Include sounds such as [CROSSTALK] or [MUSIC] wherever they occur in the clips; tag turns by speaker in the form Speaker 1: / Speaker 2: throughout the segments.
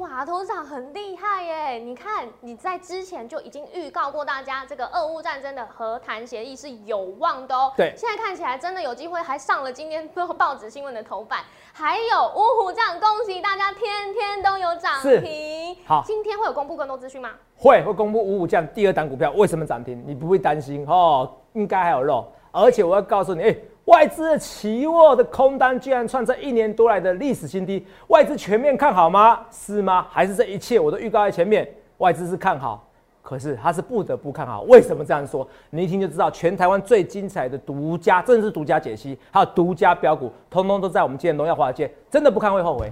Speaker 1: 码头长很厉害耶！你看你在之前就已经预告过大家，这个俄乌战争的和谈协议是有望的哦。
Speaker 2: 对
Speaker 1: 现在看起来真的有机会，还上了今天报报纸新闻的头版。还有五虎将，恭喜大家天天都有涨
Speaker 2: 是
Speaker 1: 停。
Speaker 2: 好
Speaker 1: 今天会有公布更多资讯吗？
Speaker 2: 会会公布五五降第二档股票为什么涨停，你不会担心哦，应该还有肉。而且我要告诉你，哎、外资的期货的空单居然创这一年多来的历史新低，外资全面看好吗？是吗？还是这一切我都预告在前面，外资是看好，可是他是不得不看好。为什么这样说？你一听就知道，全台湾最精彩的独家，真的是独家解析，还有独家标股，通通都在我们今天荣耀华尔街，真的不看会后悔。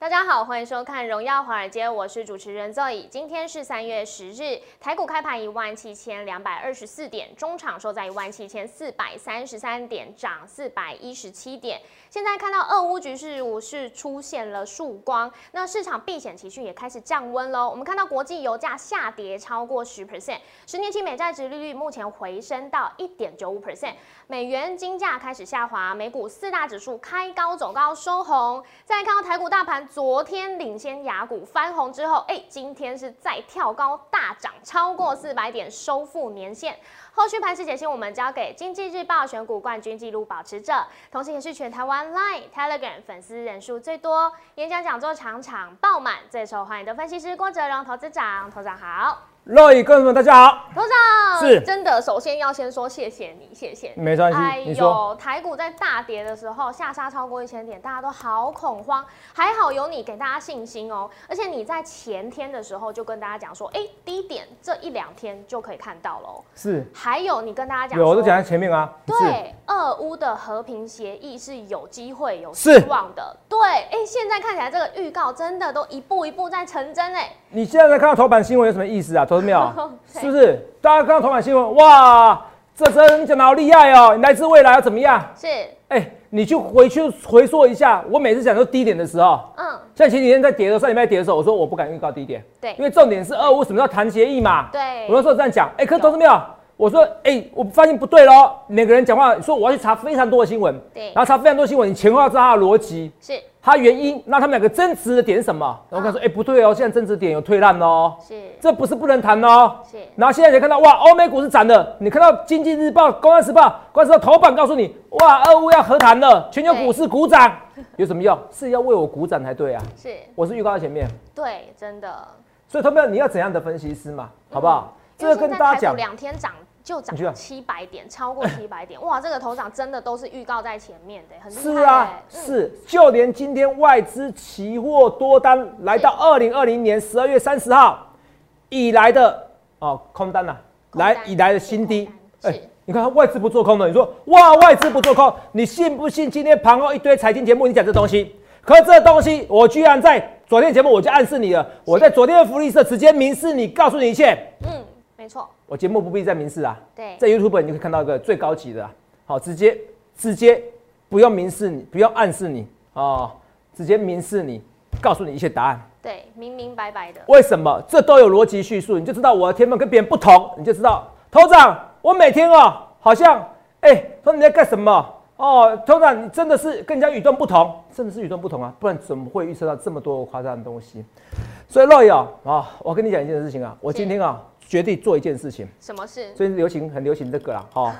Speaker 1: 大家好，欢迎收看《荣耀华尔街》，我是主持人 Zoe。今天是三月十日，台股开盘一万七千两百二十四点，中场收在一万七千四百三十三点，涨四百一十七点。现在看到俄乌局势，我是出现了曙光，那市场避险情绪也开始降温喽。我们看到国际油价下跌超过十 percent，十年期美债值利率目前回升到一点九五 percent，美元金价开始下滑，美股四大指数开高走高收红。再看到台股大盘昨天领先雅股翻红之后，哎、今天是再跳高大涨超过四百点，收复年线。后续盘势解析我们交给《经济日报》选股冠军纪录保持者，同时也是全台湾 Line、Telegram 粉丝人数最多、演讲讲座场场爆满、最受欢迎的分析师郭哲荣投资长。投资长好，
Speaker 2: 肉宇观众们，大家好。
Speaker 1: 投资长
Speaker 2: 是
Speaker 1: 真的，首先要先说谢谢你，谢谢你。
Speaker 2: 没关系
Speaker 1: 哎
Speaker 2: 你说
Speaker 1: 呦，台股在大跌的时候下杀超过一千点，大家都好恐慌。还好有你给大家信心哦。而且你在前天的时候就跟大家讲说，哎、低点这一两天就可以看到喽。
Speaker 2: 是，
Speaker 1: 还有你跟大家讲
Speaker 2: 有
Speaker 1: 说，
Speaker 2: 我都讲在前面啊。是。
Speaker 1: 对，俄乌的和平协议是有机会、有希
Speaker 2: 是
Speaker 1: 望的。对，哎、现在看起来这个预告真的都一步一步在成真哎。
Speaker 2: 你现在在看到头版新闻有什么意思啊？投资没有
Speaker 1: [LAUGHS] 对
Speaker 2: 是不是？大家看到头版新闻，哇，这真讲的好厉害哦！你来自未来要怎么样？
Speaker 1: 是，
Speaker 2: 哎、你去回去回溯一下，我每次讲说低点的时候，
Speaker 1: 嗯，
Speaker 2: 像前几天在跌的时候，上礼拜跌的时候，我说我不敢预告低点，
Speaker 1: 对
Speaker 2: 因为重点是俄乌什么时候谈协议嘛。
Speaker 1: 对
Speaker 2: 我那时候这样讲，哎、可是投资没有？我说，哎、我发现不对喽。每个人讲话说我要去查非常多的新闻，
Speaker 1: 对
Speaker 2: 然后查非常多新闻，你前后要知道它的逻辑，
Speaker 1: 是
Speaker 2: 它原因，那他们两个争执的点是什么？然后我跟他说，
Speaker 1: 啊
Speaker 2: 哎、不对哦，现在争执点有退让哦，
Speaker 1: 是
Speaker 2: 这不是不能谈哦。
Speaker 1: 是
Speaker 2: 然后现在你看到哇，欧美股是涨的，你看到《经济日报》《公安时报》《公安时报》头版告诉你，哇，俄乌要和谈了，全球股市股涨，有什么用？是要为我鼓掌才对啊！
Speaker 1: 是，
Speaker 2: 我是预告在前面，
Speaker 1: 对，真的。
Speaker 2: 所以投票你要怎样的分析师嘛，好不好？
Speaker 1: 因
Speaker 2: 这
Speaker 1: 为
Speaker 2: 个
Speaker 1: 现
Speaker 2: 跟
Speaker 1: 嗯在
Speaker 2: 大
Speaker 1: 台
Speaker 2: 家
Speaker 1: 股
Speaker 2: 讲，
Speaker 1: 两天涨就涨
Speaker 2: 你去啊
Speaker 1: 七百点，超过七百点，哇，这个头涨真的都是预告在前面的，很厉害、
Speaker 2: 是啊
Speaker 1: 哎，嗯
Speaker 2: 是，就连今天外资期货多单来到二零二零年十二月三十号以来的哦空单呐、啊，
Speaker 1: 空单
Speaker 2: 来以来的新低
Speaker 1: 空。单
Speaker 2: 哎、
Speaker 1: 是
Speaker 2: 你看外资不做空的，你说哇外资不做空，你信不信？今天盘后一堆财经节目，你讲这东西，可这东西我居然在昨天节目我就暗示你了，我在昨天的福利社直接明示你，告诉你一切。
Speaker 1: 嗯，没错，
Speaker 2: 我节目不必再明示啊，
Speaker 1: 对
Speaker 2: 在 YouTube 你就可以看到一个最高级的啊、好，直接直接不用明示你，不用暗示你哦，直接明示你，告诉你一些答案。
Speaker 1: 对，明明白白的，
Speaker 2: 为什么？这都有逻辑叙述，你就知道我的天分跟别人不同，你就知道。头长，我每天哦，好像哎、说你在干什么？哦，头长，你真的是跟人家与众不同，真的是与众不同啊，不然怎么会预测到这么多夸张的东西？所以乐友啊、哦，我跟你讲一件事情啊，我今天啊决定做一件事情。
Speaker 1: 什么事？
Speaker 2: 最近流行很流行这个啦，哈、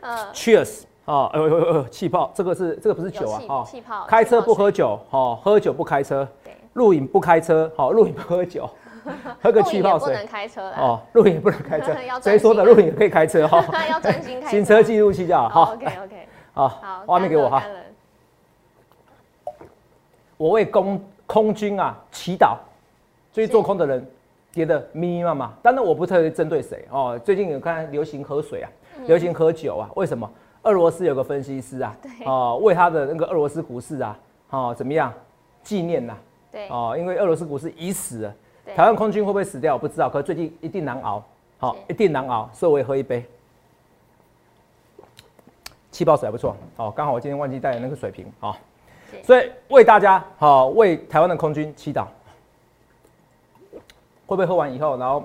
Speaker 1: 呃，
Speaker 2: c h e e r s 啊，哎呦呦呦呦，气泡，这个是这个不是酒啊
Speaker 1: 有，气
Speaker 2: 哈
Speaker 1: 气泡
Speaker 2: 开车
Speaker 1: 气泡
Speaker 2: 不喝酒，哈，喝酒不开车，
Speaker 1: 对，
Speaker 2: 录影不开车，好，录影不喝
Speaker 1: [LAUGHS]
Speaker 2: 酒，喝个
Speaker 1: 露营
Speaker 2: 气
Speaker 1: 也
Speaker 2: 泡
Speaker 1: 不能
Speaker 2: 水，
Speaker 1: 开车啦，
Speaker 2: 哦，录影也不能开车
Speaker 1: [LAUGHS] 要，专心
Speaker 2: 谁说的？
Speaker 1: 啊，
Speaker 2: 录影也可以开车哈
Speaker 1: [LAUGHS] 要专心 [LAUGHS] 开车。
Speaker 2: 行车记录器就好
Speaker 1: 好
Speaker 2: 哈，
Speaker 1: ，OK OK，
Speaker 2: 好
Speaker 1: 好，，
Speaker 2: 画面给我哈
Speaker 1: 干，了，干了
Speaker 2: 我为空空军啊祈祷，最近
Speaker 1: 是
Speaker 2: 做空的人跌得密密麻麻。当然，我不特别针对谁哦。最近有看流行喝水啊，流行喝酒啊，为什么？俄罗斯有个分析师啊，哦，为他的那个俄罗斯股市啊，哦，怎么样纪念呐、
Speaker 1: 对，
Speaker 2: 哦，因为俄罗斯股市已死了
Speaker 1: 对，
Speaker 2: 台湾空军会不会死掉？我不知道，可是最近一定难熬，好、
Speaker 1: 是
Speaker 2: 一定难熬，所以我也喝一杯。气泡水还不错，哦，刚好我今天忘记带那个水瓶，哦。所以为大家好、为台湾的空军祈祷。会不会喝完以后，然后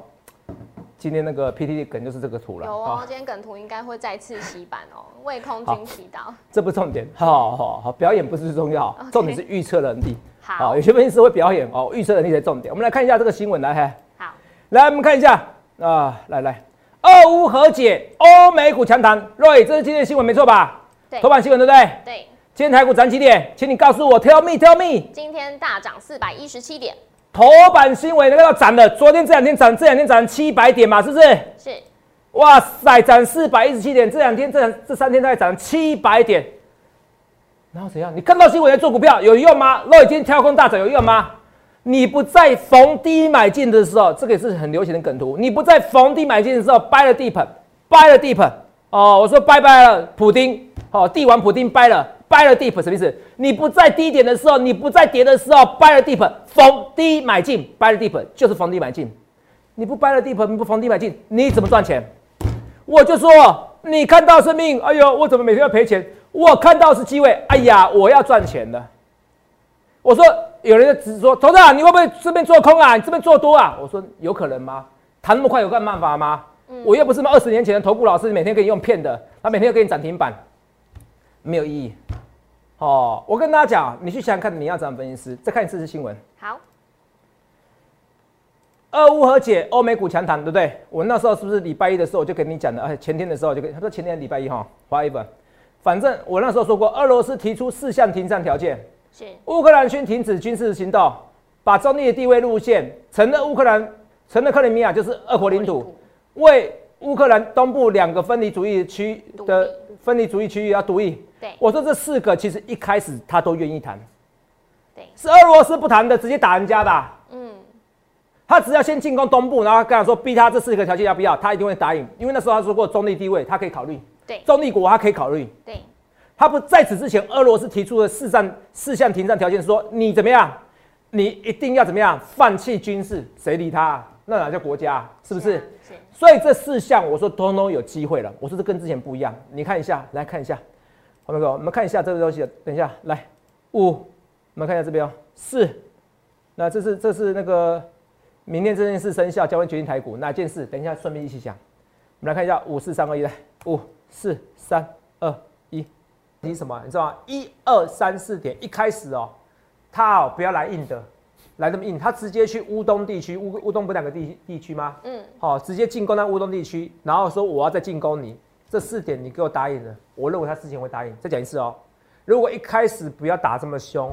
Speaker 2: 今天那个 PTT 梗就是这个图了？
Speaker 1: 有
Speaker 2: 好
Speaker 1: 哦，今天梗图应该会再次洗版哦，为空军祈祷。
Speaker 2: 这不是重点，好好好，表演不是最重要
Speaker 1: OK
Speaker 2: 重点是预测能力。
Speaker 1: 好
Speaker 2: 有些分析师会表演哦，预测能力才重点。我们来看一下这个新闻，来，嘿
Speaker 1: 好，
Speaker 2: 来，我们看一下啊、来来，俄乌和解，欧美股强谈。瑞，这是今天的新闻没错吧？
Speaker 1: 对
Speaker 2: 头版新闻对不对？
Speaker 1: 对，
Speaker 2: 今天台股涨几点？请你告诉我，Tell me，Tell me。
Speaker 1: 今天大涨四百一十七点，
Speaker 2: 头版新闻那个要涨的，昨天这两天涨，这两天涨七百点嘛，是不是？
Speaker 1: 是
Speaker 2: 哇塞，涨四百一十七点，这两天这两这三天在涨七百点，然后怎样？你看到新闻在做股票有用吗？肉已经跳空大涨有用吗？你不在逢低买进的时候，这个也是很流行的梗图。你不在逢低买进的时候掰了地盆，掰了地盆哦，我说拜拜了，普丁哦，帝王普丁掰了，掰了地盆什么意思？你不在低点的时候，你不在跌的时候掰了地盆，逢低买进，掰了地盆就是逢低买进。你不掰了地盆，你不逢低买进，你怎么赚钱？我就说，你看到生命，哎呦，我怎么每天要赔钱？我看到是机会，哎呀，我要赚钱的。我说，有人就直说，董事长，你会不会这边做空啊？你这边做多啊？我说，有可能吗？谈那么快有干办法吗？我又不是二十年前的投顾老师，每天给你用骗的，他每天给你涨停板，没有意义。哦，我跟大家讲，你去想想看，你要怎样分析师，再看一次是新闻。
Speaker 1: 好，
Speaker 2: 俄乌和解，欧美股强谈，对不对？我那时候是不是礼拜一的时候我就跟你讲的？哎，前天的时候我就跟他说前天礼拜一哈，whatever，反正我那时候说过，俄罗斯提出四项停战条件，
Speaker 1: 是
Speaker 2: 乌克兰宣停止军事行动，把中立的地位路线承认乌克兰承认克里米亚就是俄国领土，为乌克兰东部两个分离主义区的
Speaker 1: 独
Speaker 2: 分离主义区域要独立。
Speaker 1: 对
Speaker 2: 我说这四个其实一开始他都愿意谈，
Speaker 1: 对，
Speaker 2: 是俄罗斯不谈的，直接打人家的啊、
Speaker 1: 嗯，
Speaker 2: 他只要先进攻东部，然后跟他说逼他这四个条件要不要，他一定会答应，因为那时候他说过中立地位，他可以考虑
Speaker 1: 对
Speaker 2: 中立国，他可以考虑。
Speaker 1: 对，
Speaker 2: 他不在此之前，俄罗斯提出的四项四项停战条件是说，你怎么样，你一定要怎么样，放弃军事，谁理他啊、那哪叫国家啊、是不是？
Speaker 1: 啊是
Speaker 2: 所以这四项我说通通有机会了。我说这跟之前不一样，你看一下，来看一下，好那个我们看一下这个东西，等一下来五，我们看一下这边哦，四，那这是这是那个明天这件事生效将会决定台股哪件事？等一下顺便一起讲。我们来看一下五四三二一来，五四三二一，你什么？你知道吗？一二三四点一开始哦，他哦不要来硬的，来这么硬，他直接去乌东地区，乌乌东不两个地地区吗？
Speaker 1: 嗯，
Speaker 2: 好、直接进攻到乌东地区，然后说我要再进攻你，这四点你给我答应了，我认为他事情会答应。再讲一次哦，如果一开始不要打这么凶，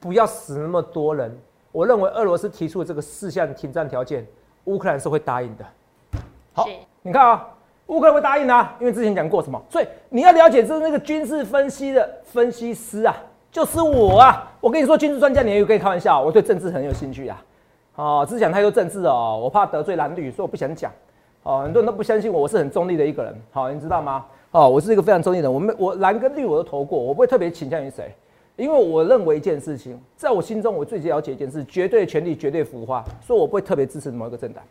Speaker 2: 不要死那么多人，我认为俄罗斯提出的这个四项停战条件，乌克兰是会答应的。好
Speaker 1: 是，
Speaker 2: 你看啊、乌克兰会答应啊，因为之前讲过什么，所以你要了解这那个军事分析的分析师啊，就是我啊。我跟你说，军事专家，你也跟你开玩笑，我对政治很有兴趣啊。哦，只是讲太多政治哦，我怕得罪蓝绿，所以我不想讲。哦，很多人都不相信我，我是很中立的一个人。好、你知道吗？哦，我是一个非常中立的人，我没我蓝跟绿我都投过，我不会特别倾向于谁，因为我认为一件事情，在我心中我最了解一件事，绝对权力绝对腐化，所以我不会特别支持某一个政党。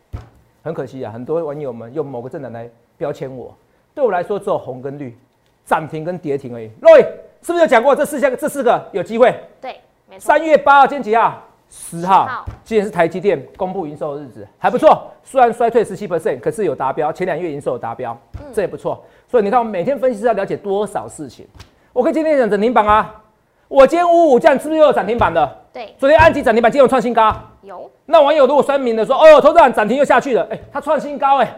Speaker 2: 很可惜啊，很多网友们用某个政党来标签我，对我来说只有红跟绿，涨停跟跌停而已。各位是不是有讲过这四项这四个有机会？
Speaker 1: 对，没错，
Speaker 2: 三月八号，今天几号？十
Speaker 1: 10号
Speaker 2: 号。今天是台积电公布营收的日子，还不错。虽然衰退十七 percent，可是有达标，前两月营收有达标，这也不错。所以你看，我们每天分析是要了解多少事情。我跟今天讲涨停板啊，我今天五五这样是不是又有涨停板的？
Speaker 1: 对，
Speaker 2: 昨天安吉涨停板，今天有创新高。
Speaker 1: 有，
Speaker 2: 那网友如果酸民的说，哦，投资长涨停又下去了，哎、它创新高、哎，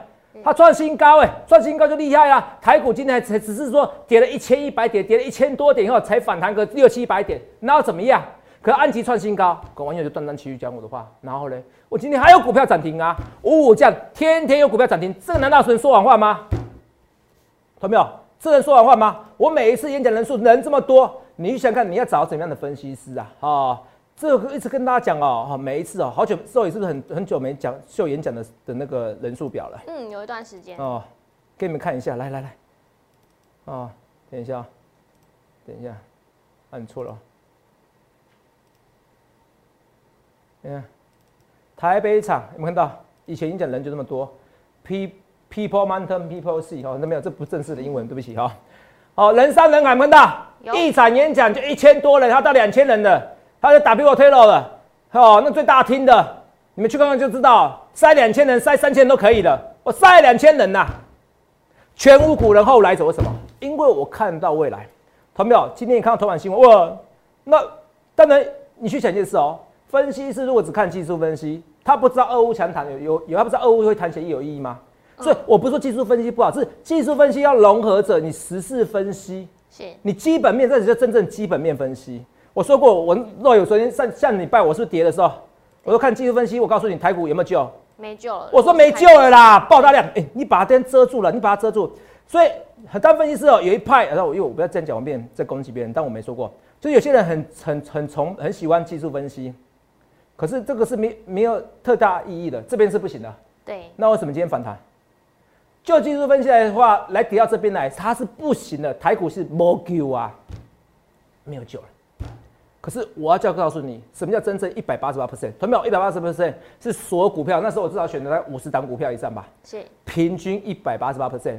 Speaker 2: 它创新高、哎，创新高就厉害啦。台股今天还才只是说跌了一千一百点，跌了一千多点以后才反弹个六七百点，然后怎么样？可安吉创新高，可网友就断章取义讲我的话，然后呢，我今天还有股票涨停啊，五五这样天天有股票涨停，这难道是人说谎话吗？同没有？这能说完话吗？我每一次演讲人数人这么多，你去想看你要找怎么样的分析师啊？哦，这个一直跟大家讲哦，哦每一次哦，好久秀也是不是很很久没讲秀演讲的的那个人数表了？
Speaker 1: 嗯，有一段时间，
Speaker 2: 哦，给你们看一下，来来来，哦，等一下哦，等一下，按错了哦。你看，台北场有没有看到？以前演讲人就这么多，P people mountain people sea 哦，那没有，这不正式的英文，对不起哈、哦。好、人山人海，有没有看到？
Speaker 1: 有
Speaker 2: 一场演讲就一千多人，他到两千人了，他在 WTO 了，哦，那最大厅的，你们去看看就知道，塞两千人、塞三千人都可以的，我塞两千人呐、全无古人后来者，为什么？因为我看到未来。同没有？今天你看到头版新闻，哇，那当然你去想一件事哦，分析师如果只看技术分析，他不知道俄乌强谈有有有，他不知道俄乌会谈协议有意义吗？所以我不是说技术分析不好，是技术分析要融合着你时事分析。
Speaker 1: 是
Speaker 2: 你基本面这只是真正基本面分析。我说过，我若有昨天上上礼拜我是不是跌的时候，我说看技术分析，我告诉你台股有没有救？
Speaker 1: 没救了。
Speaker 2: 我说没救了啦，爆大量，哎、你把它灯遮住了，你把它遮住。所以很多分析师哦，有一派，然后我因为我不要这样讲，我变在攻击别人，但我没说过，就是有些人很很很从很喜欢技术分析，可是这个是没没有特大意义的，这边是不行的。
Speaker 1: 对，
Speaker 2: 那为什么今天反弹？就技术分析来的话，来跌到这边来，它是不行的，台股是没救啊，没有救了。可是我要就要告诉你，什么叫真正一百八十八 percent？同没有一百八十 percent 是所有股票，那时候我至少选择在五十档股票以上吧，
Speaker 1: 是
Speaker 2: 平均一百八十八 percent。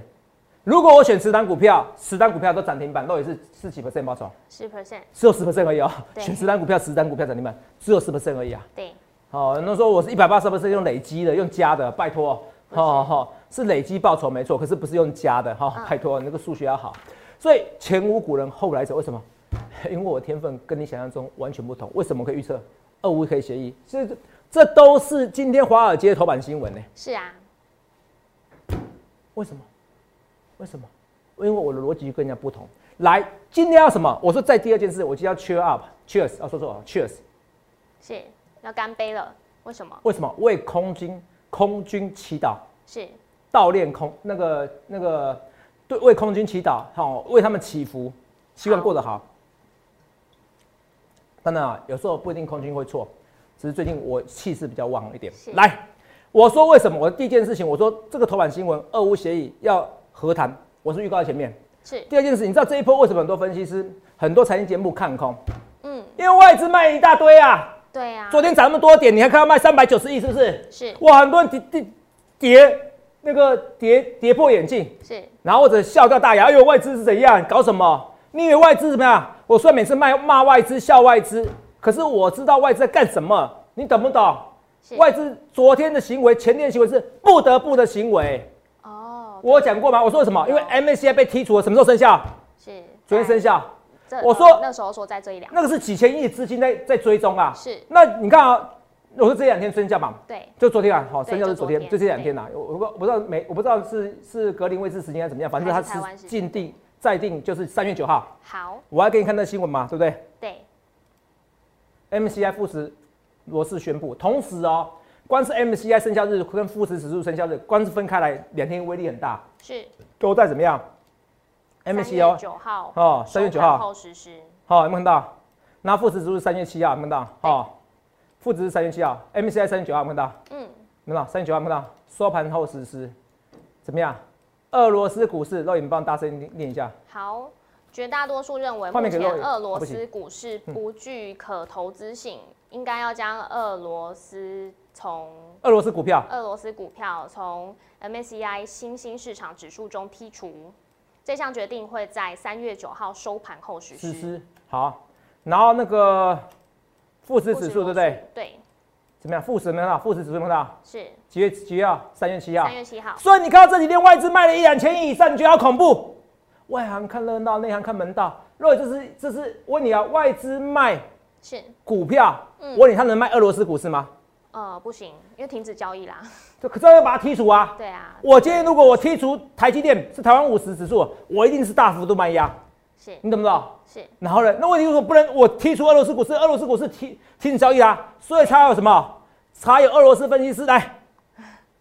Speaker 2: 如果我选十档股票，十档股票都涨停板，都也是十几 percent 报酬，
Speaker 1: 十 percent，
Speaker 2: 只有十 percent 而已哦。
Speaker 1: 对
Speaker 2: 选十档股票，十档股票涨停板，只有十 percent 而已啊。
Speaker 1: 对，
Speaker 2: 哦，那时候我是一百八十 percent 用累积的，用加的，拜托，
Speaker 1: 不是
Speaker 2: 哦哦，是累积报酬没错，可是不是用加的哈、哦
Speaker 1: 嗯
Speaker 2: 拜托，你那个数学要好。所以前无古人后来者，为什么？ [LAUGHS] 因为我天分跟你想象中完全不同。为什么可以预测俄乌可以协议？这这都是今天华尔街的头版新闻呢、
Speaker 1: 是啊，
Speaker 2: 为什么？为什么？因为我的逻辑跟人家不同。来，今天要什么？我说在第二件事，我就要 cheer up，cheers，啊，说错了，cheers。
Speaker 1: 是要干杯了。为什么？
Speaker 2: 为什么？为空军空军祈祷。
Speaker 1: 是
Speaker 2: 悼念空那个那个对为空军祈祷，好、为他们祈福，希望过得好。当然啊，有时候不一定空军会错，只是最近我气势比较旺一点
Speaker 1: 是。
Speaker 2: 来，我说为什么？我第一件事情，我说这个头版新闻，俄乌协议要和谈，我是预告在前面。
Speaker 1: 是，
Speaker 2: 第二件事，你知道这一波为什么很多分析师、很多财经节目看空？
Speaker 1: 嗯，
Speaker 2: 因为外资卖一大堆啊。
Speaker 1: 对啊，
Speaker 2: 昨天涨那么多点，你还看到卖三百九十亿，是不是？
Speaker 1: 是
Speaker 2: 哇，很多人跌跌跌那个跌跌破眼镜，
Speaker 1: 是
Speaker 2: 然后或者笑掉大牙，哎呦，外资是怎样搞什么？你以为外资怎么样？我虽然每次卖骂外资、笑外资，可是我知道外资在干什么，你懂不懂？
Speaker 1: 是
Speaker 2: 外资昨天的行为、前天的行为是不得不的行为。
Speaker 1: 哦，
Speaker 2: 我有讲过吗？我说什么？因为
Speaker 1: 啊
Speaker 2: MSCI 被剔除了，什么时候生效？
Speaker 1: 是
Speaker 2: 昨天生效。
Speaker 1: 在这
Speaker 2: 我
Speaker 1: 呃
Speaker 2: 说
Speaker 1: 那时候说在这一两，
Speaker 2: 那个是几千亿资金在在追踪啊。
Speaker 1: 是
Speaker 2: 那你看啊，我说这两天生效嘛，
Speaker 1: 对
Speaker 2: 就昨天啊，好、
Speaker 1: 对
Speaker 2: 生效是
Speaker 1: 就昨
Speaker 2: 昨
Speaker 1: 天
Speaker 2: 天，就这两天呐、啊我我不我不知道美，我不知道是是格林威治时间还是怎么样，反正
Speaker 1: 还
Speaker 2: 它
Speaker 1: 是台湾时
Speaker 2: 是
Speaker 1: 间
Speaker 2: 禁定再定就是三月九号。
Speaker 1: 好
Speaker 2: 我还给你看那新闻嘛，对不对
Speaker 1: 对
Speaker 2: ？MCI 富时罗氏宣布，同时哦，光是 MCI 生效日跟富时指数生效日，光是分开来两天威力很大，
Speaker 1: 是
Speaker 2: 都在怎么样
Speaker 1: 三
Speaker 2: ？MCI
Speaker 1: 月
Speaker 2: 哦，
Speaker 1: 九号
Speaker 2: 哦，三月九
Speaker 1: 收
Speaker 2: 号
Speaker 1: 盘，后实施
Speaker 2: 好、有没有看到？那富时指数是三月七号，有没有看到？好、哦，富指是三月七啊号，MCI 三月九号，有没有看到？
Speaker 1: 嗯
Speaker 2: 有没有看到？三月九号，有没有看到？收盘后实施，怎么样？俄罗斯股市，肉眼帮大声念一下。
Speaker 1: 好。绝大多数认为，
Speaker 2: 画
Speaker 1: 目
Speaker 2: 面给
Speaker 1: 前
Speaker 2: 肉眼
Speaker 1: 俄
Speaker 2: 啊
Speaker 1: 罗
Speaker 2: 不行
Speaker 1: 斯股市不具可投资性，应该要将俄罗斯从
Speaker 2: 俄罗斯股票，
Speaker 1: 俄罗斯股票从 MSCI 新兴市场指数中剔除。这项决定会在三月九号收盘后实
Speaker 2: 实
Speaker 1: 施。
Speaker 2: 施好。然后那个富时指数，对不对？？
Speaker 1: 对，
Speaker 2: 怎么样？富时有没有看到？富时指数有没有看到？
Speaker 1: 是
Speaker 2: 几月几号？三月七号啊
Speaker 1: 三。月七号。
Speaker 2: 所以你看到这几天外资卖了一两千亿以上，你觉得好恐怖？外行看热闹，内行看门道。若这是这是我问你啊，外资卖
Speaker 1: 是，
Speaker 2: 股票，
Speaker 1: 嗯
Speaker 2: 我问你，他能卖俄罗斯股市吗？
Speaker 1: 呃，不行，因为停止交易啦。
Speaker 2: 这可这要把它剔除啊！
Speaker 1: 对啊，
Speaker 2: 我今天如果我剔除台积电是台湾五十指数，我一定是大幅度卖压，
Speaker 1: 是
Speaker 2: 你懂不懂？
Speaker 1: 是
Speaker 2: 然后呢，那问题就是我不能我剔除俄罗斯股市，俄罗斯股市停停止交易啦、所以才有什么？才有俄罗斯分析师来，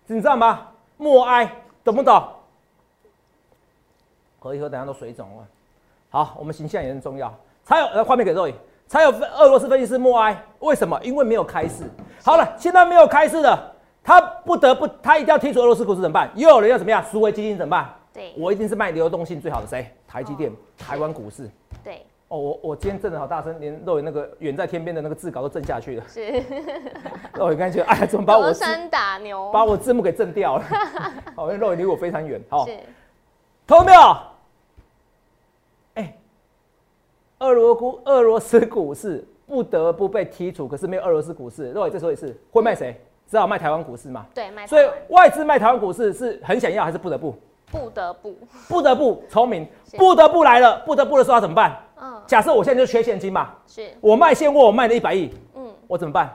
Speaker 2: 你知道吗？默哀，懂不懂？喝一喝，等下都水肿了。好，我们形象也很重要。才有呃，画面给肉眼，才有分俄罗斯分析师默哀。为什么？因为没有开市。好了，现在没有开市的，他不得不，他一定要剔除俄罗斯股市怎么办？又有人要怎么样？赎回基金怎么办？
Speaker 1: 对
Speaker 2: 我一定是卖流动性最好的谁？台积电
Speaker 1: 哦，
Speaker 2: 台湾股市。
Speaker 1: 对
Speaker 2: 哦，我我今天震的好大声，连肉眼那个远在天边的那个字稿都震下去了。 [LAUGHS]
Speaker 1: 是，
Speaker 2: 肉眼感觉，哎呀，怎么
Speaker 1: [LAUGHS]
Speaker 2: 把我
Speaker 1: 隔
Speaker 2: 字
Speaker 1: 山打牛。
Speaker 2: 把我字幕给震掉了？好、因为肉眼离我非常远。好、
Speaker 1: 是
Speaker 2: 投没有？哎、俄罗股俄罗斯股市不得不被剔除，可是没有俄罗斯股市，若你再说一次，会卖谁？只好卖台湾股市嘛。
Speaker 1: 对，卖
Speaker 2: 所以
Speaker 1: 台湾
Speaker 2: 外资卖台湾股市是很想要还是不得不？
Speaker 1: 不得不，
Speaker 2: 不得不聪明
Speaker 1: 是，
Speaker 2: 不得不来了，不得不的时候要怎么办？
Speaker 1: 嗯，
Speaker 2: 假设我现在就缺现金嘛，
Speaker 1: 是，
Speaker 2: 我卖现货，我卖了一百亿，
Speaker 1: 嗯，
Speaker 2: 我怎么办？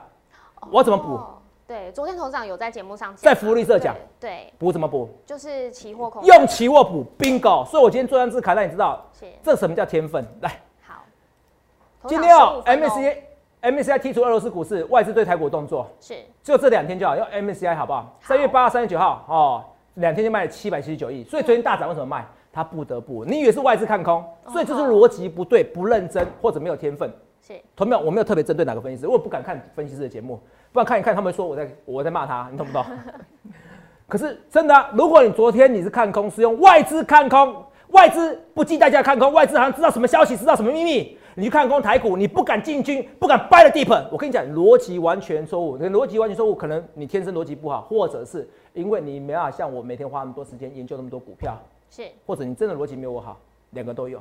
Speaker 2: 我怎么补？
Speaker 1: 哦对，昨天头长有在节目上讲啊
Speaker 2: 在福利社讲
Speaker 1: 对，
Speaker 2: 补怎么补？
Speaker 1: 对，就是期货空
Speaker 2: 用期货补 bingo。所以我今天做张字卡，让你知道
Speaker 1: 是
Speaker 2: 这什么叫天分。来，
Speaker 1: 好。头
Speaker 2: 今
Speaker 1: 长
Speaker 2: 天要
Speaker 1: 15分哦
Speaker 2: MSCI MSCI 剔除俄罗斯股市，外资对台股动作，
Speaker 1: 是
Speaker 2: 就这两天就好，用 MSCI 好不好？
Speaker 1: 好
Speaker 2: 三月八号、三月九号，哦，两天就卖了七百七十九亿。所以昨天大涨为什么卖？它不得不，你以为是外资看空，所以就是
Speaker 1: 嗯
Speaker 2: 逻辑不对、不认真或者没有天分。
Speaker 1: 是，
Speaker 2: 同没有，我没有特别针对哪个分析师，我也不敢看分析师的节目，不然看一看他们说我在我在骂他，你懂不懂？ [LAUGHS] 可是真的啊、如果你昨天你是看空，是用外资看空，外资不计代价看空，外资好像知道什么消息，知道什么秘密，你去看空台股，你不敢进军，不敢 buy the deep。我跟你讲，逻辑完全错误，逻辑完全错误，可能你天生逻辑不好，或者是因为你没办法像我每天花那么多时间研究那么多股票，
Speaker 1: 是
Speaker 2: 或者你真的逻辑没有我好，两个都有。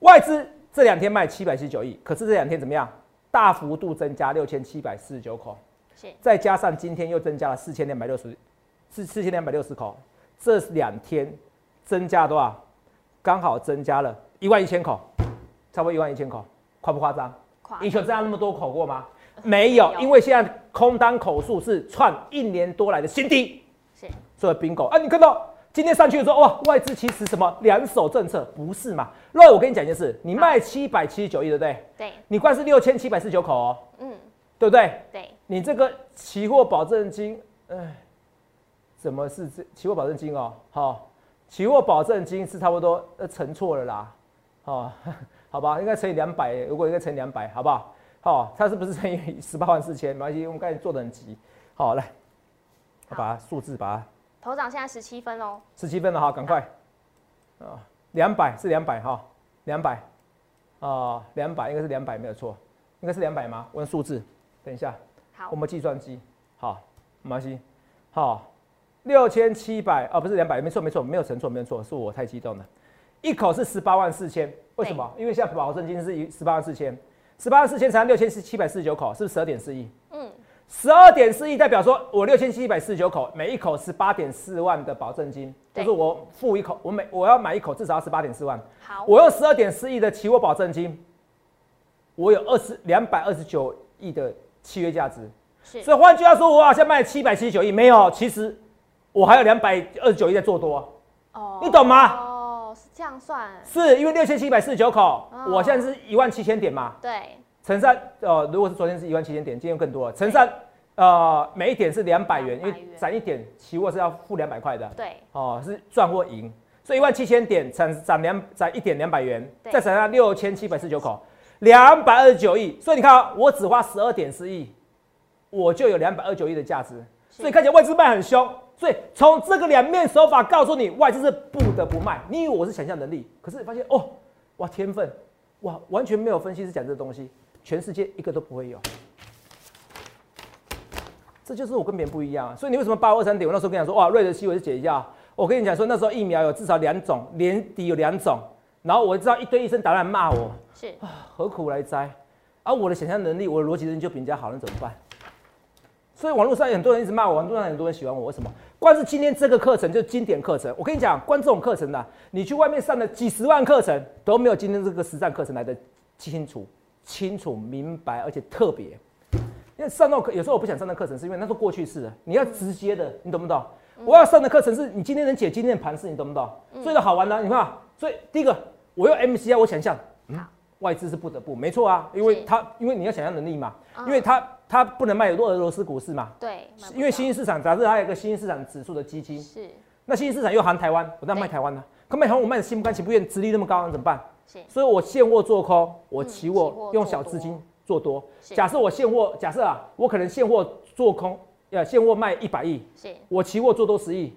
Speaker 2: 外资这两天卖七百七十九亿，可是这两天怎么样？大幅度增加六千七百四十九口，
Speaker 1: 是，
Speaker 2: 再加上今天又增加了四千两百六十，四四千两百六十口，这两天增加多少？刚好增加了一万一千口，差不多一万一千口，夸不夸张？
Speaker 1: 夸
Speaker 2: 以前有这样那么多口过吗？没有
Speaker 1: 没，有
Speaker 2: 因为现在空单口数是创一年多来的新低。
Speaker 1: 是
Speaker 2: 所以 bingo 啊，你看到今天上去的时候，哇，外资其实什么两手政策不是嘛？那我跟你讲一件事，你卖七百七十九亿，对不对？
Speaker 1: 对，
Speaker 2: 你光是六千七百四十九口哦，
Speaker 1: 嗯，
Speaker 2: 对不对？
Speaker 1: 对，
Speaker 2: 你这个期货保证金，哎，怎么是这期货保证金哦？好、期货保证金是差不多呃乘错了啦，哦，好 [LAUGHS] 吧，应该乘以两百，如果应该乘以两百，好不好？好、它是不是乘以十八万四千？没关系，我们刚才做的很急。好，来，我
Speaker 1: 好
Speaker 2: 把它数字把它
Speaker 1: 头长现在十七分哦，
Speaker 2: 十七分了哈，赶快，啊，两百是两百哈，两百，啊，两百应该是两百没有错，应该是两百吗？问数字，等一下，
Speaker 1: 好
Speaker 2: 我，们计算机，好，没关系，好，六千七百啊，不是两百，没错没错，没有乘错，没有错，是我太激动了，一口是十八万四千，为什么？因为现在保证金是十八万四千，十八万四千乘六千七百四十九口，是不是十二点四亿？
Speaker 1: 嗯，
Speaker 2: 十二点四亿代表说，我六千七百四十九口，每一口十八点四万的保证金，就
Speaker 1: 对
Speaker 2: 是我付一口，我每我要买一口至少要十八点四万，
Speaker 1: 好，
Speaker 2: 我用十二点四亿的期货保证金，我有二十两百二十九亿的契约价值，
Speaker 1: 是
Speaker 2: 所以换句话说，我好像卖七百七十九亿，没有，其实我还有两百二十九亿在做多，
Speaker 1: 哦
Speaker 2: 你懂啊吗
Speaker 1: 哦，是这样算，
Speaker 2: 是因为六千七百四十九口，
Speaker 1: 哦
Speaker 2: 我现在是一万七千点嘛，
Speaker 1: 对，
Speaker 2: 乘上呃，如果是昨天是一万七千点，今天又更多了。乘上呃，每一点是两百元，
Speaker 1: 200
Speaker 2: 因为
Speaker 1: 元
Speaker 2: 涨一点期货是要付两百块的
Speaker 1: 对，
Speaker 2: 哦，是赚或赢。所以一万七千点涨涨两涨一点两百元，
Speaker 1: 对
Speaker 2: 再乘上六千七百四十九口，两百二十九亿。所以你看、啊，我只花十二点四亿，我就有两百二十九亿的价值。
Speaker 1: 是
Speaker 2: 所以看起来外资卖很凶。所以从这个两面手法告诉你，外资是不得不卖。你以为我是想象能力，可是发现哦，哇，天分，哇，完全没有分析师讲这个东西，全世界一个都不会有。这就是我跟别人不一样、啊。所以你为什么八五二三点？我那时候跟你讲说，哇，瑞德西韦是解一下。我跟你讲说，那时候疫苗有至少两种，年底有两种。然后我知道一堆医生打来骂我，
Speaker 1: 是
Speaker 2: 何苦来哉？而、我的想象能力，我的逻辑能力就比人家好，那怎么办？所以网络上有很多人一直骂我，网络上很多人喜欢我，为什么？光是今天这个课程就是经典课程。我跟你讲，光这种课程呢、啊你去外面上的几十万课程都没有今天这个实战课程来的清楚、清楚、明白，而且特别。因为上那种课，有时候我不想上的课程，是因为那是过去式的，你要直接的，你懂不懂？
Speaker 1: 嗯
Speaker 2: 我要上的课程是你今天能解今天的盘势，你懂不懂？所以好玩呢、你看啊，所以第一个我用 MCI，我想象，嗯
Speaker 1: 好，
Speaker 2: 外资是不得不，没错啊，因为
Speaker 1: 是
Speaker 2: 它因为你要想象能力嘛，
Speaker 1: 嗯
Speaker 2: 因为它它不能卖有多俄罗斯股市嘛，
Speaker 1: 对，买不
Speaker 2: 因为
Speaker 1: 到
Speaker 2: 新兴市场杂志它有一个新兴市场指数的基金，
Speaker 1: 是
Speaker 2: 那新兴市场又含台湾，我当然卖
Speaker 1: 对
Speaker 2: 台湾了、啊可卖台湾我卖的心不甘情不愿，殖利率那么高，那怎么办？
Speaker 1: 是
Speaker 2: 所以我现货做空，我
Speaker 1: 嗯
Speaker 2: 期
Speaker 1: 期
Speaker 2: 货
Speaker 1: 货
Speaker 2: 用
Speaker 1: 做
Speaker 2: 小
Speaker 1: 多
Speaker 2: 资金做多。
Speaker 1: 是
Speaker 2: 假设我现货，假设啊，我可能现货做空，呃，现货卖一百亿，
Speaker 1: 是，
Speaker 2: 我期货做多十亿，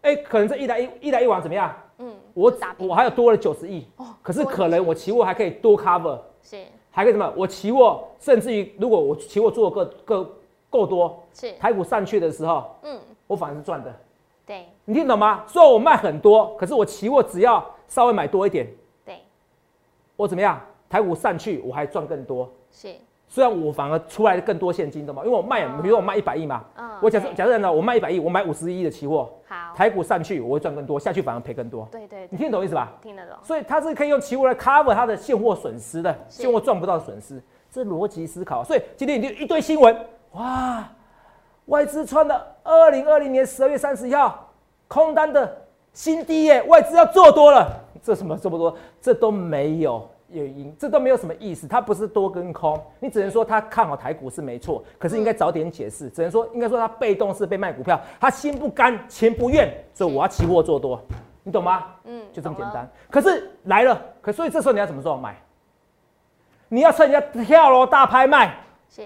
Speaker 2: 哎，可能这一来一一来一往怎么样？
Speaker 1: 嗯，
Speaker 2: 我
Speaker 1: 就打平
Speaker 2: 我还有多了九十亿
Speaker 1: 哦，
Speaker 2: 可是
Speaker 1: 多了
Speaker 2: 可能我期货还可以多 cover，
Speaker 1: 是
Speaker 2: 还可以什么？我期货甚至于如果我期货做的够够够多，
Speaker 1: 是，
Speaker 2: 台股上去的时候，
Speaker 1: 嗯，
Speaker 2: 我反而是赚的。
Speaker 1: 对
Speaker 2: 你听懂吗？虽然我卖很多，可是我期货只要稍微买多一点，
Speaker 1: 对
Speaker 2: 我怎么样？台股上去我还赚更多。
Speaker 1: 是，
Speaker 2: 虽然我反而出来更多现金，懂吗？因为我卖，
Speaker 1: 哦
Speaker 2: 比如说我卖一百亿嘛，
Speaker 1: 嗯
Speaker 2: 我假设
Speaker 1: 对哦
Speaker 2: 假设呢，我卖一百亿，我买五十亿的期货，
Speaker 1: 好，
Speaker 2: 台股上去我会赚更多，下去反而赔更多。
Speaker 1: 对对
Speaker 2: 你
Speaker 1: 对，
Speaker 2: 听得懂意思吧？
Speaker 1: 听得懂，
Speaker 2: 所以它是可以用期货来 cover 它的现货损失的，
Speaker 1: 是
Speaker 2: 现货赚不到的损失，这是逻辑思考。所以今天你就一堆新闻，哇，外资穿的二零二零年十二月三十一号空单的新低耶，外资要做多了，这什么这么多，这都没有。有因，这都没有什么意思，它不是多跟空，你只能说它看好台股是没错，可是应该早点解释，只能说应该说它被动是被卖股票，它心不甘情不愿，所以我要期货做多，你懂吗？
Speaker 1: 嗯，
Speaker 2: 就这么
Speaker 1: 懂
Speaker 2: 简
Speaker 1: 了
Speaker 2: 单。。可是来了，可所以这时候你要怎么做？买，你要趁人家跳楼大拍卖，
Speaker 1: 是，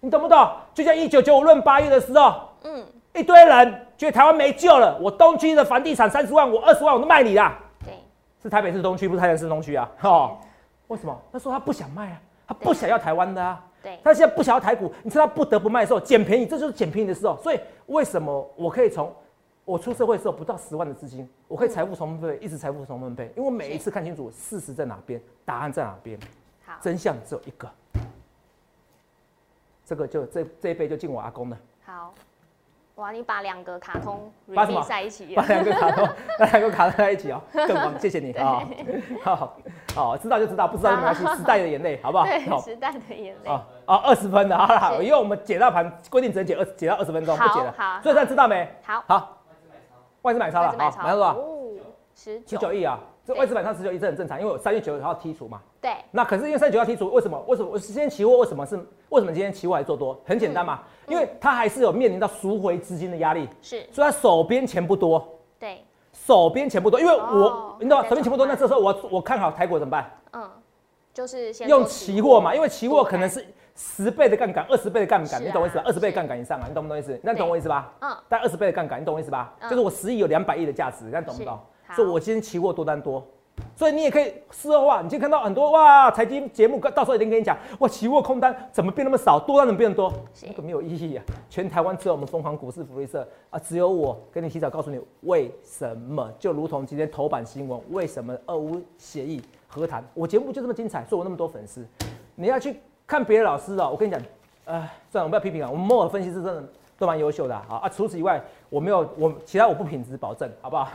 Speaker 2: 你懂不懂？就像一九九五论八月的时候，
Speaker 1: 嗯，
Speaker 2: 一堆人觉得台湾没救了，我东区的房地产三十万，我二十万我都卖你啦。
Speaker 1: 对，
Speaker 2: 是台北市东区，不是台南市东区啊。哦，为什么？他说他不想卖啊，他不想要台湾的啊。
Speaker 1: 对，
Speaker 2: 他现在不想要台股，你知道他不得不卖的时候捡便宜，这就是捡便宜的时候。所以为什么我可以从我出社会的时候不到十万的资金，我可以财富重分配，一直财富重分配？因为我每一次看清楚事实在哪边，答案在哪边，
Speaker 1: 好，
Speaker 2: 真相只有一个。这个就这这一辈就敬我阿公了，
Speaker 1: 好，哇，你把两个卡通
Speaker 2: 把什么
Speaker 1: repeat 在一起耶
Speaker 2: 把，两个卡通，把两个卡通在一起哦， [LAUGHS] 更棒，谢谢你啊！好好，知道就知道，不知道就没关系，时代的眼泪，好不好？
Speaker 1: 对，
Speaker 2: 好
Speaker 1: 时代的眼泪，
Speaker 2: 啊啊，二十分的，好啦，
Speaker 1: 是
Speaker 2: 因为我们解大盘规定只能解二解到二十分钟，不
Speaker 1: 好
Speaker 2: 解了
Speaker 1: 好，
Speaker 2: 所以大家知道没？
Speaker 1: 好，
Speaker 2: 好，外资买超
Speaker 1: 外
Speaker 2: 了，
Speaker 1: 资买
Speaker 2: 好，
Speaker 1: 超，
Speaker 2: 买多少？
Speaker 1: 哦，十
Speaker 2: 十九
Speaker 1: 九，
Speaker 2: 亿啊，这
Speaker 1: 对
Speaker 2: 外资买超十九亿，这很正常，因为我三月九号剔除嘛。
Speaker 1: 对，
Speaker 2: 那可是因为三月九号剔除，为什么？为什么？我今天期货为什么是为什么今天期货还做多？很简单嘛，
Speaker 1: 嗯
Speaker 2: 因为它还是有面临到赎回资金的压力，
Speaker 1: 是，
Speaker 2: 所以它手边钱不多，
Speaker 1: 对，
Speaker 2: 手边钱不多，因为
Speaker 1: 哦
Speaker 2: 我你知道
Speaker 1: 还在
Speaker 2: 手边钱不多，
Speaker 1: 转换
Speaker 2: 那这时候我我看好台股怎么办？
Speaker 1: 嗯，就是先
Speaker 2: 用
Speaker 1: 做
Speaker 2: 期货嘛，因为期货
Speaker 1: 对
Speaker 2: 可能是十倍的杠杆、二十倍的杠杆，
Speaker 1: 是啊
Speaker 2: 你懂我意思吧？二十倍
Speaker 1: 是
Speaker 2: 的杠杆以上啊，你懂不懂意思？那你懂
Speaker 1: 对
Speaker 2: 我意思吧？
Speaker 1: 嗯，
Speaker 2: 但二十倍的杠杆，你懂我意思吧？
Speaker 1: 嗯
Speaker 2: 就是我十亿有两百亿的价值，那懂不懂
Speaker 1: 是？好
Speaker 2: 所以我今天期货多单多，所以你也可以事后啊，你就看到很多哇，财经节目到时候一定跟你讲，哇，期货空单怎么变那么少，多单怎么变多？
Speaker 1: 是
Speaker 2: 那个没有意义啊！全台湾只有我们疯狂股市福利社啊，只有我跟你提早告诉你为什么，就如同今天头版新闻，为什么呃俄乌协议和谈，我节目就这么精彩，所以我那么多粉丝，你要去看别的老师哦，我跟你讲，呃，算了，我不要批评啊，我们摩尔分析师真的都蛮优秀的啊好啊。除此以外，我没有我其他我不品质保证，好不好？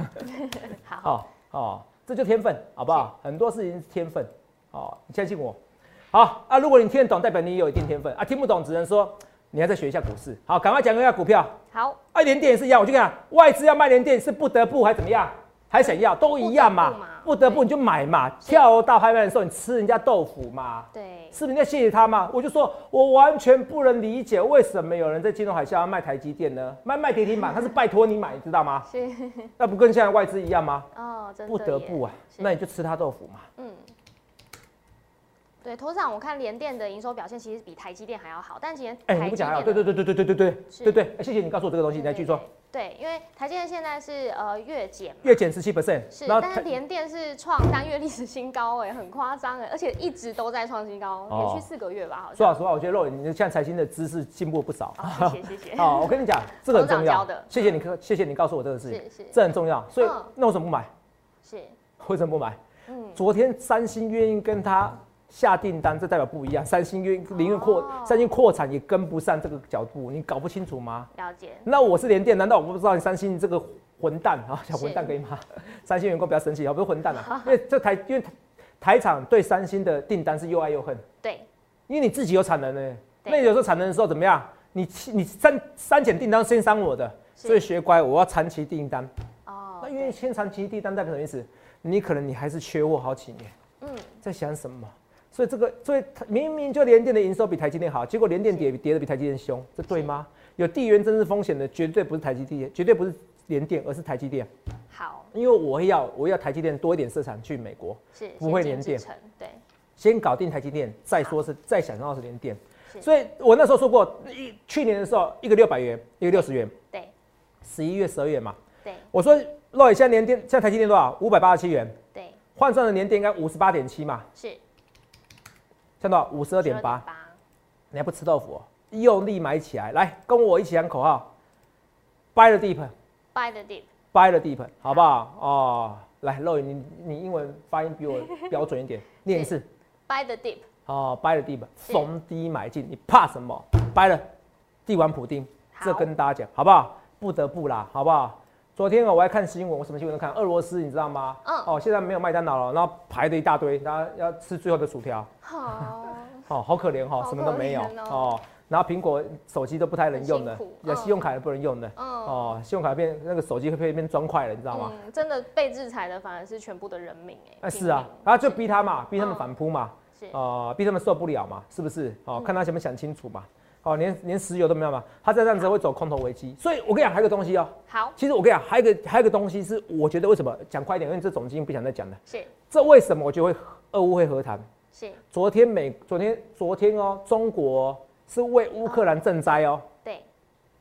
Speaker 1: 好，
Speaker 2: 好哦，这就天分，好不好？很多事情是天分，哦，你相信我。好啊，如果你听得懂，代表你也有一定天分啊；听不懂，只能说你还再学一下股市。好，赶快讲一下股票。
Speaker 1: 好，
Speaker 2: 啊，联电也是一样，我就跟你讲，外资要卖联电是不得不还怎么样，还想要都一样嘛，
Speaker 1: 不
Speaker 2: 不
Speaker 1: 得
Speaker 2: 得
Speaker 1: 不嘛
Speaker 2: 不你就买嘛。跳楼大拍卖的时候，你吃人家豆腐嘛。
Speaker 1: 对，
Speaker 2: 是不是你在谢谢他吗？我就说，我完全不能理解为什么有人在金融海啸要卖台积电呢？卖卖跌停板，他是拜托你买，你知道吗？
Speaker 1: 是，
Speaker 2: 那不跟现在外资一样吗？
Speaker 1: 哦，真的
Speaker 2: 不得
Speaker 1: 耶
Speaker 2: 不啊，
Speaker 1: 是
Speaker 2: 那你就吃他豆腐嘛。
Speaker 1: 嗯，对，头上我看联电的营收表现其实比台积电还要好，但其实
Speaker 2: 哎、
Speaker 1: 台
Speaker 2: 你不
Speaker 1: 积
Speaker 2: 讲
Speaker 1: 电
Speaker 2: 还好，
Speaker 1: 的
Speaker 2: 对对对对对对对对
Speaker 1: 是
Speaker 2: 对对，哎谢谢你告诉我这个东西，你来继续说。。
Speaker 1: 对对对对，因为台积电现在是呃月减嘛，
Speaker 2: 月减十七 percent，
Speaker 1: 是，但是联电是创单月历史新高哎、很夸张哎，而且一直都在创新高，
Speaker 2: 哦
Speaker 1: 连续四个月吧，好
Speaker 2: 说
Speaker 1: 像。
Speaker 2: 老实话，我觉得肉眼你现在财经的知识进步了不少。啊
Speaker 1: 好， [LAUGHS] 谢谢谢
Speaker 2: [LAUGHS]
Speaker 1: 谢。
Speaker 2: 好，我跟
Speaker 1: [LAUGHS]
Speaker 2: 你讲，这个很重
Speaker 1: 头长教
Speaker 2: 要
Speaker 1: 的。
Speaker 2: 谢谢你，谢谢你告诉我这个事情，
Speaker 1: 是是
Speaker 2: 这很重要。所以
Speaker 1: 嗯
Speaker 2: 那为什么不买？
Speaker 1: 是，
Speaker 2: 为什么不买？
Speaker 1: 嗯，
Speaker 2: 昨天三星愿意跟他下订单，这代表不一样。三星愿意宁愿扩
Speaker 1: 哦，
Speaker 2: 三星扩产也跟不上这个脚步，你搞不清楚吗？
Speaker 1: 了解，
Speaker 2: 那我是联电，难道我不知道你三星这个混蛋啊？小
Speaker 1: 是
Speaker 2: 混蛋可以吗？ [LAUGHS] 三星员工不要生气啊，不是混蛋啊，因为这台因为台台厂对三星的订单是又爱又恨，
Speaker 1: 对，
Speaker 2: 因为你自己有产能呢、
Speaker 1: 对
Speaker 2: 那你有时候产能的时候怎么样？你你删删减订单先删我的，
Speaker 1: 是
Speaker 2: 所以学乖，我要长期订单。
Speaker 1: 哦，
Speaker 2: 那因为先长期订单代表什么意思？你可能你还是缺货好几年，
Speaker 1: 嗯，
Speaker 2: 在想什么？所以这个，所以它明明就联电的营收比台积电好，结果联电跌跌的比台积电凶，这对吗？有地缘政治风险的绝对不是台积电，绝对不是联电，而是台积电。
Speaker 1: 好，
Speaker 2: 因为我要我要台积电多一点市场去美国，
Speaker 1: 是
Speaker 2: 不会
Speaker 1: 先进
Speaker 2: 联电
Speaker 1: 制程，对，
Speaker 2: 先搞定台积电，再说是再想到是联电。
Speaker 1: 是
Speaker 2: 所以我那时候说过，一去年的时候一个六百元，一个六十元，
Speaker 1: 对，
Speaker 2: 十一月、十二月嘛，
Speaker 1: 对，
Speaker 2: 我说肉眼现在联电，现在台积电多少？五百八十七元，
Speaker 1: 对，
Speaker 2: 换算的年电应该五十八点七嘛，
Speaker 1: 是
Speaker 2: 像多少？五十二点八。你还不吃豆腐、哦？用力买起来！来，跟我一起喊口号：Buy the deep，Buy
Speaker 1: ，by the dip，
Speaker 2: the deep，好不
Speaker 1: [LAUGHS]
Speaker 2: 好？哦，来，肉眼，你你英文发音比我标准一点，念一次
Speaker 1: ，buy the dip，
Speaker 2: 哦，buy 了地板，逢低买进，你怕什么？buy 了帝王普丁，
Speaker 1: 好
Speaker 2: 这跟大家讲好不好？不得不啦，好不好？昨天哦，我还看新闻，我什么新闻都看。俄罗斯你知道吗？
Speaker 1: 嗯
Speaker 2: 哦，现在没有麦当劳了，然后排的一大堆，然后要吃最后的薯条，
Speaker 1: 好，
Speaker 2: [LAUGHS] 哦，好可怜哦
Speaker 1: 好，
Speaker 2: 什么都没有
Speaker 1: 可怜
Speaker 2: 哦。然后苹果手机都不太能用的
Speaker 1: 很辛苦，
Speaker 2: 有
Speaker 1: 嗯
Speaker 2: 信用卡也不能用的，
Speaker 1: 嗯
Speaker 2: 哦，信用卡变那个手机会变变砖块了，你知道吗？
Speaker 1: 嗯，真的被制裁的反而是全部的人民哎、
Speaker 2: 哎，是啊
Speaker 1: 平民，
Speaker 2: 然后就逼他嘛，逼他们
Speaker 1: 嗯
Speaker 2: 反扑嘛，
Speaker 1: 是
Speaker 2: 哦，逼他们受不了嘛，是不是？哦，看他想不想清楚嘛。哦，连连石油都没有嘛，他再这样子会走空头危机。所以我跟你讲，还有一个东西哦，
Speaker 1: 好
Speaker 2: 其实我跟你讲，还有一个还有一个东西是，我觉得为什么讲快一点，因为这总经不想再讲了。
Speaker 1: 是
Speaker 2: 这为什么我觉得会俄乌会和谈？
Speaker 1: 是，
Speaker 2: 昨天美，昨天昨天哦，中国是为乌克兰赈灾哦，
Speaker 1: 对，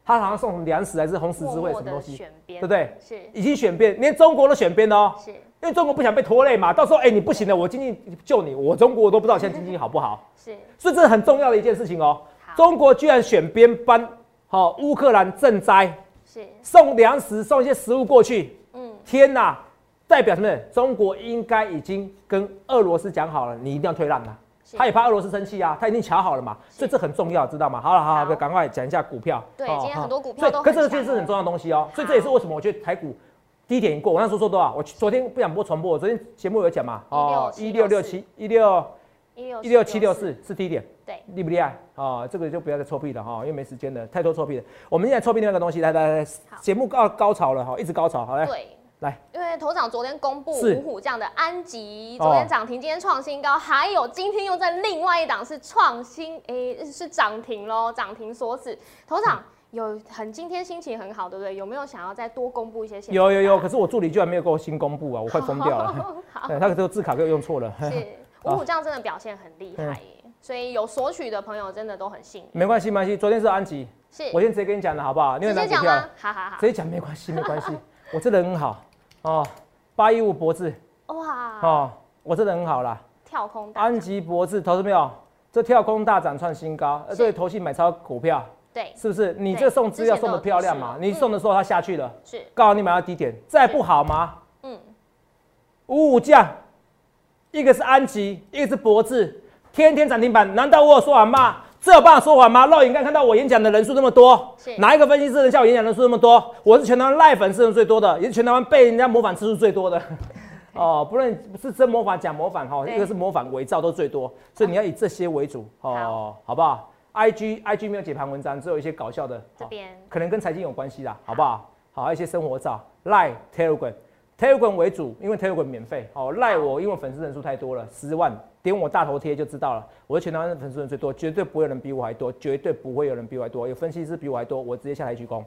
Speaker 2: 他好像送什么粮食还是红十字
Speaker 1: 默
Speaker 2: 会
Speaker 1: 默
Speaker 2: 什么
Speaker 1: 的
Speaker 2: 东西，
Speaker 1: 选边，
Speaker 2: 对不对？
Speaker 1: 是
Speaker 2: 已经选边，连中国都选边了哦。
Speaker 1: 是
Speaker 2: 因为中国不想被拖累嘛，到时候哎、你不行了，我经济救你，我中国都不知道现在经济好不好，
Speaker 1: 是，
Speaker 2: 所以这是很重要的一件事情哦。
Speaker 1: 好
Speaker 2: 中国居然选边帮好、乌克兰赈灾，
Speaker 1: 是
Speaker 2: 送粮食，送一些食物过去，
Speaker 1: 嗯
Speaker 2: 天哪，代表什么？中国应该已经跟俄罗斯讲好了，你一定要退让啊。
Speaker 1: 是
Speaker 2: 他也怕俄罗斯生气啊，他已经瞧好了嘛，所以这很重要，知道吗？好了，好
Speaker 1: 好
Speaker 2: 了，赶快讲一下股票。
Speaker 1: 对
Speaker 2: 哦
Speaker 1: 今天很多股票
Speaker 2: 所以
Speaker 1: 都很
Speaker 2: 可是这
Speaker 1: 强哦
Speaker 2: 件是很重要的东西哦，所以
Speaker 1: 好
Speaker 2: 这也是为什么我觉得台股低点已过。我那时候说多少？我昨天不想播传播，我昨天节目有讲嘛，一六六
Speaker 1: 167
Speaker 2: 七一六
Speaker 1: 一六
Speaker 2: 一六七六四是低点，
Speaker 1: 对
Speaker 2: 厉不厉害啊？这个就不要再臭屁了哈，因为没时间了，太多臭屁了。我们现在臭屁那个东西，来来来
Speaker 1: 好，
Speaker 2: 节目告高潮了哈，一直高潮，好来
Speaker 1: 对。
Speaker 2: 来，
Speaker 1: 因为头长昨天公布
Speaker 2: 是
Speaker 1: 五虎将的安吉，
Speaker 2: 哦
Speaker 1: 昨天涨停，今天创新高，还有今天又在另外一档是创新，诶、是涨停喽，涨停锁死。头
Speaker 2: 嗯
Speaker 1: 长有很今天心情很好，对不对？有没有想要再多公布一些线索？
Speaker 2: 有有有，可是我助理居然没有给我新公布啊，我快疯掉了。
Speaker 1: 啊 [LAUGHS]
Speaker 2: [LAUGHS]
Speaker 1: 好，
Speaker 2: 对，他这个字卡给我用错了。
Speaker 1: 是五
Speaker 2: 啊
Speaker 1: 虎将真的表现很厉
Speaker 2: 嗯
Speaker 1: 害耶，所以有索取的朋友真的都很幸运。
Speaker 2: [LAUGHS] 没关系，没关系。昨天是安吉，
Speaker 1: 是，
Speaker 2: 我先直接跟你讲了，好不好？你
Speaker 1: 直
Speaker 2: 有拿
Speaker 1: 接
Speaker 2: 股
Speaker 1: 讲
Speaker 2: 票
Speaker 1: 吗？？好好好
Speaker 2: 直，接讲没关系，没关系。 [LAUGHS] 我这人很好哦，八一五博智
Speaker 1: 哇，
Speaker 2: 哦，我这人很好啦。
Speaker 1: 跳空大
Speaker 2: 安
Speaker 1: 涨，
Speaker 2: 吉博智，投资没有？这跳空大涨创新高，呃
Speaker 1: 是
Speaker 2: 对投信买超股票，
Speaker 1: 对，
Speaker 2: 是不是？你
Speaker 1: 对
Speaker 2: 这送资料
Speaker 1: 之前
Speaker 2: 送
Speaker 1: 都有
Speaker 2: 的漂亮嘛？
Speaker 1: 提示
Speaker 2: 你送的时候它下去了，
Speaker 1: 是，
Speaker 2: 告诉你买到低点，再不好吗？
Speaker 1: 嗯，
Speaker 2: 五五价，一个是安吉，一个是博智，天天涨停板，难道我有说谎吗？这有办法说谎吗？肉眼看看到我演讲的人数那么多
Speaker 1: 是，
Speaker 2: 哪一个分析师能像我演讲人数那么多？我是全台湾赖粉丝人最多的，也是全台湾被人家模仿次数最多的。 [LAUGHS] 哦，不论是真模仿、假模仿哈，
Speaker 1: 对
Speaker 2: 一个是模仿、伪造都最多，所以你要以这些为主哦，好不好？I G I G 没有解盘文章，只有一些搞笑的。哦
Speaker 1: 这
Speaker 2: 好
Speaker 1: 边
Speaker 2: 可能跟财经有关系啦，好不好？好，还有一些生活照，Line、Telegram、Telegram 为主，因为 Telegram 免费。哦，Line 我因为粉丝人数太多了，十万，点我大头贴就知道了。我是全台湾粉丝人最多，绝对不会有人比我还多，绝对不会有人比我还多。有分析师比我还多，我直接下台鞠躬，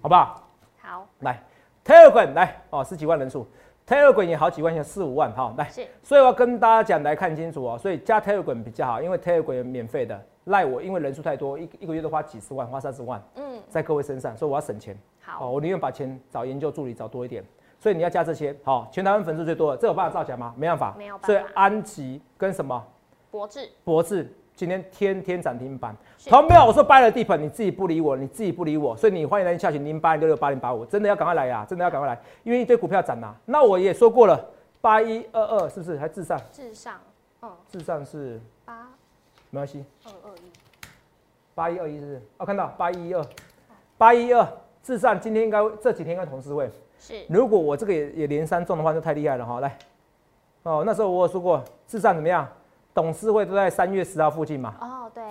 Speaker 2: 好不好？
Speaker 1: 好
Speaker 2: 来，Telegram 来哦，十几万人数，Telegram 也好几万，有四五万哈、好来。
Speaker 1: 是
Speaker 2: 所以我要跟大家讲，来看清楚哦。所以加 Telegram 比较好，因为 Telegram 有免费的。赖我因为人数太多，一一个月都花几十万，花三十万。
Speaker 1: 嗯
Speaker 2: 在各位身上，所以我要省钱。哦，
Speaker 1: 好
Speaker 2: 我宁愿把钱找研究助理找多一点。所以你要加这些，好、全台湾粉丝最多的，这有办法造假吗？没办法，
Speaker 1: 没有办法
Speaker 2: 所以安吉跟什么
Speaker 1: 博智
Speaker 2: 博智今天天天涨停板，
Speaker 1: 是
Speaker 2: 同没有？我说掰了地盘，你自己不理我，你自己不理我，所以你欢迎来下询零八零六六八零八五，真的要赶快来呀、真的要赶快来，因为一堆股票涨啦、啊那我也说过了，八一二二是不是还至上？
Speaker 1: 至上，嗯，
Speaker 2: 至上是
Speaker 1: 八
Speaker 2: 没关系，
Speaker 1: 二二一，
Speaker 2: 八一二一是不是？哦，看到八一二，八一二至上，今天应该这几天应该同事会。
Speaker 1: 是
Speaker 2: 如果我这个也也连三中的话，就太厉害了哈。来，哦，那时候我有说过，智障怎么样？董事会都在三月十号附近嘛，
Speaker 1: 哦，对，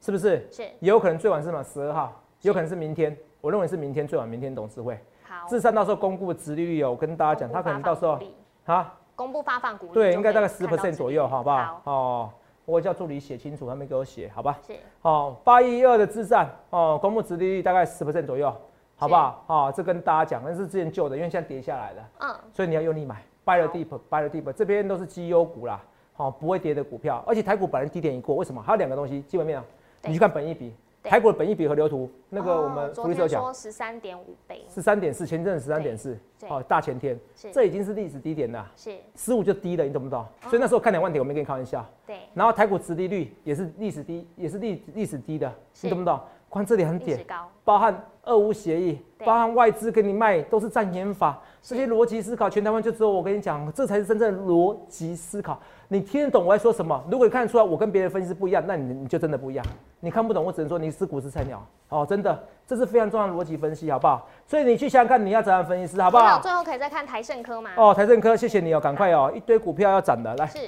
Speaker 2: 是不是？
Speaker 1: 是
Speaker 2: 也有可能最晚是嘛十二号，有可能是明天。我认为是明天最晚，明天董事会。
Speaker 1: 好，
Speaker 2: 智商到时候公布的殖利率哦，我跟大家讲，
Speaker 1: 公布
Speaker 2: 它可能
Speaker 1: 发放
Speaker 2: 到时候
Speaker 1: 股利
Speaker 2: 啊，
Speaker 1: 公布发放股利就可以
Speaker 2: 对，应该大概
Speaker 1: 看
Speaker 2: 十
Speaker 1: 到这
Speaker 2: percent
Speaker 1: 里
Speaker 2: 左右，好不好
Speaker 1: 好？，
Speaker 2: 哦，我叫助理写清楚，他没给我写，好吧？
Speaker 1: 是
Speaker 2: 哦，八一二的智障哦，公募殖利率大概十 percent 左右，好不好？哦，这跟大家讲，那是之前旧的，因为现在跌下来了。
Speaker 1: 嗯
Speaker 2: 所以你要用力买，buy the
Speaker 1: 好
Speaker 2: deep，buy the deep，这边都是绩优股啦，好、不会跌的股票，而且台股本来低点已过，为什么？还有两个东西，基本面啊，
Speaker 1: 对
Speaker 2: 你去看本益比，
Speaker 1: 对
Speaker 2: 台股的本益比和流图，那个
Speaker 1: 哦
Speaker 2: 我们
Speaker 1: 昨
Speaker 2: 福利社
Speaker 1: 天
Speaker 2: 讲
Speaker 1: 说十三点五倍，
Speaker 2: 十三点四，前阵十三点四，
Speaker 1: 对
Speaker 2: 哦，大前天，
Speaker 1: 是哦
Speaker 2: 这已经是历史低点了，
Speaker 1: 是，
Speaker 2: 十五就低了，你懂不懂？所以那时候看两万点，我没跟你开玩笑。
Speaker 1: 对，
Speaker 2: 然后台股殖利率也是历史低，也是历历史低的，
Speaker 1: 是
Speaker 2: 你懂不懂？光这两
Speaker 1: 历
Speaker 2: 点
Speaker 1: 史，高，
Speaker 2: 包含俄乌协议，
Speaker 1: 对
Speaker 2: 包含外资给你卖，都是障眼法。这些逻辑思考，全台湾就只有我跟你讲，这才是真正的逻辑思考。你听得懂我在说什么？如果你看得出来我跟别人分析是不一样，那你你就真的不一样。你看不懂，我只能说你是股市菜鸟。哦，真的，这是非常重要的逻辑分析，好不好？所以你去想想看，你要怎样分析师，好不
Speaker 1: 头脑
Speaker 2: 好？
Speaker 1: 最后可以再看台盛科吗？
Speaker 2: 哦，台政科，谢谢你哦，赶快哦，一堆股票要涨的，来，
Speaker 1: 是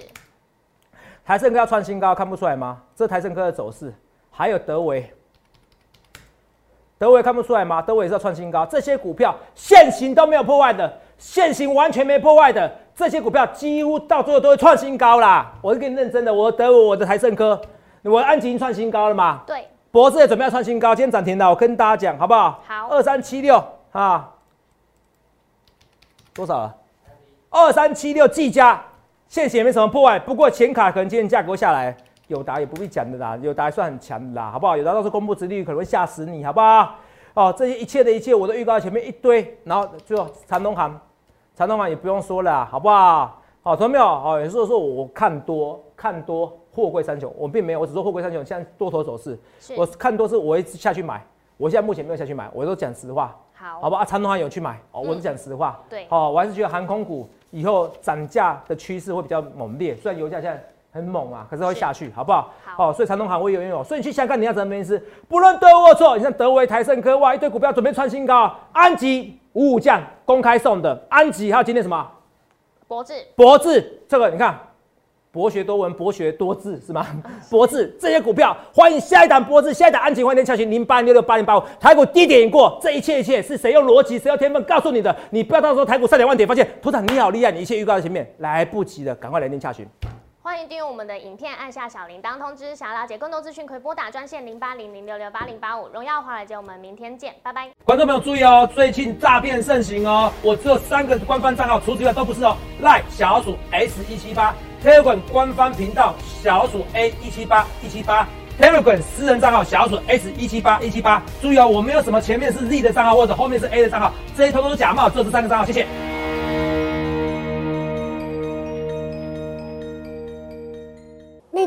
Speaker 2: 台盛科要创新高，看不出来吗？这台盛科的走势，还有德维，德维看不出来吗？德维也是要创新高，这些股票现行都没有破坏的，现行完全没破坏的，这些股票几乎到最后都会创新高啦。我是跟你认真的，我的德维，我的台盛科，我的安吉已经创新高了嘛？
Speaker 1: 对，
Speaker 2: 博士也准备要创新高，今天涨停了，我跟大家讲好不好？
Speaker 1: 好
Speaker 2: 二三七六啊，多少了？二三七六技嘉，现行也没什么破坏，不过显卡可能今天价格会下来，友达也不必讲的啦，友达还算很强的啦，好不好？友达到时候公布殖利率可能会吓死你，好不好？哦，这些一切的一切我都预告在前面一堆，然后最后长隆行，长隆行也不用说了，好不好？好，同没有？哦，也就是说我看多看多货柜三雄，我并没有，我只说货柜三雄现在多头走势，
Speaker 1: 是
Speaker 2: 我看多是我会下去买，我现在目前没有下去买，我都讲实话，好
Speaker 1: 好，嗯
Speaker 2: 吧？啊，长隆行有去买，哦，我是讲实话，
Speaker 1: 对
Speaker 2: 好、我还是觉得航空股以后涨价的趋势会比较猛烈，虽然油价现在。很猛啊，可是会下去，好不好？
Speaker 1: 好
Speaker 2: 哦，所以长隆行我也有有，所以你去香港你要怎么分析？不论对或错，你像哦德维、台盛科，哇，一堆股票准备创新高，安吉五五降公开送的，安吉还有今天什么
Speaker 1: 博智
Speaker 2: 博智，这个你看，博学多闻，博学多智是吗？博智这些股票，欢迎下一档博智，下一档安吉，欢迎下行零八零六六八零八五，台股低点已过，这一切一切是谁用逻辑，谁用天分告诉你的？你不要到时候台股上两万点，发现土长你好厉害，你一切预告在前面，来不及了，赶快来电下询。
Speaker 1: 欢迎订阅我们的影片，按下小铃铛通知。想要了解更多资讯，可以拨打专线零八零零六六八零八五。荣耀华尔街，我们明天见，拜拜。
Speaker 2: 观众朋友注意哦，最近诈骗盛行哦，我只有三个官方账号，除此之外都不是哦。赖小老鼠 S 一七八，Telegram 官方频道小老鼠 A 一七八一七八，Telegram 私人账号小老鼠 S 一七八一七八。注意哦，我没有什么前面是 Z 的账号或者后面是 A 的账号，这些通通都是假冒，只有这三个账号，谢谢。
Speaker 3: 立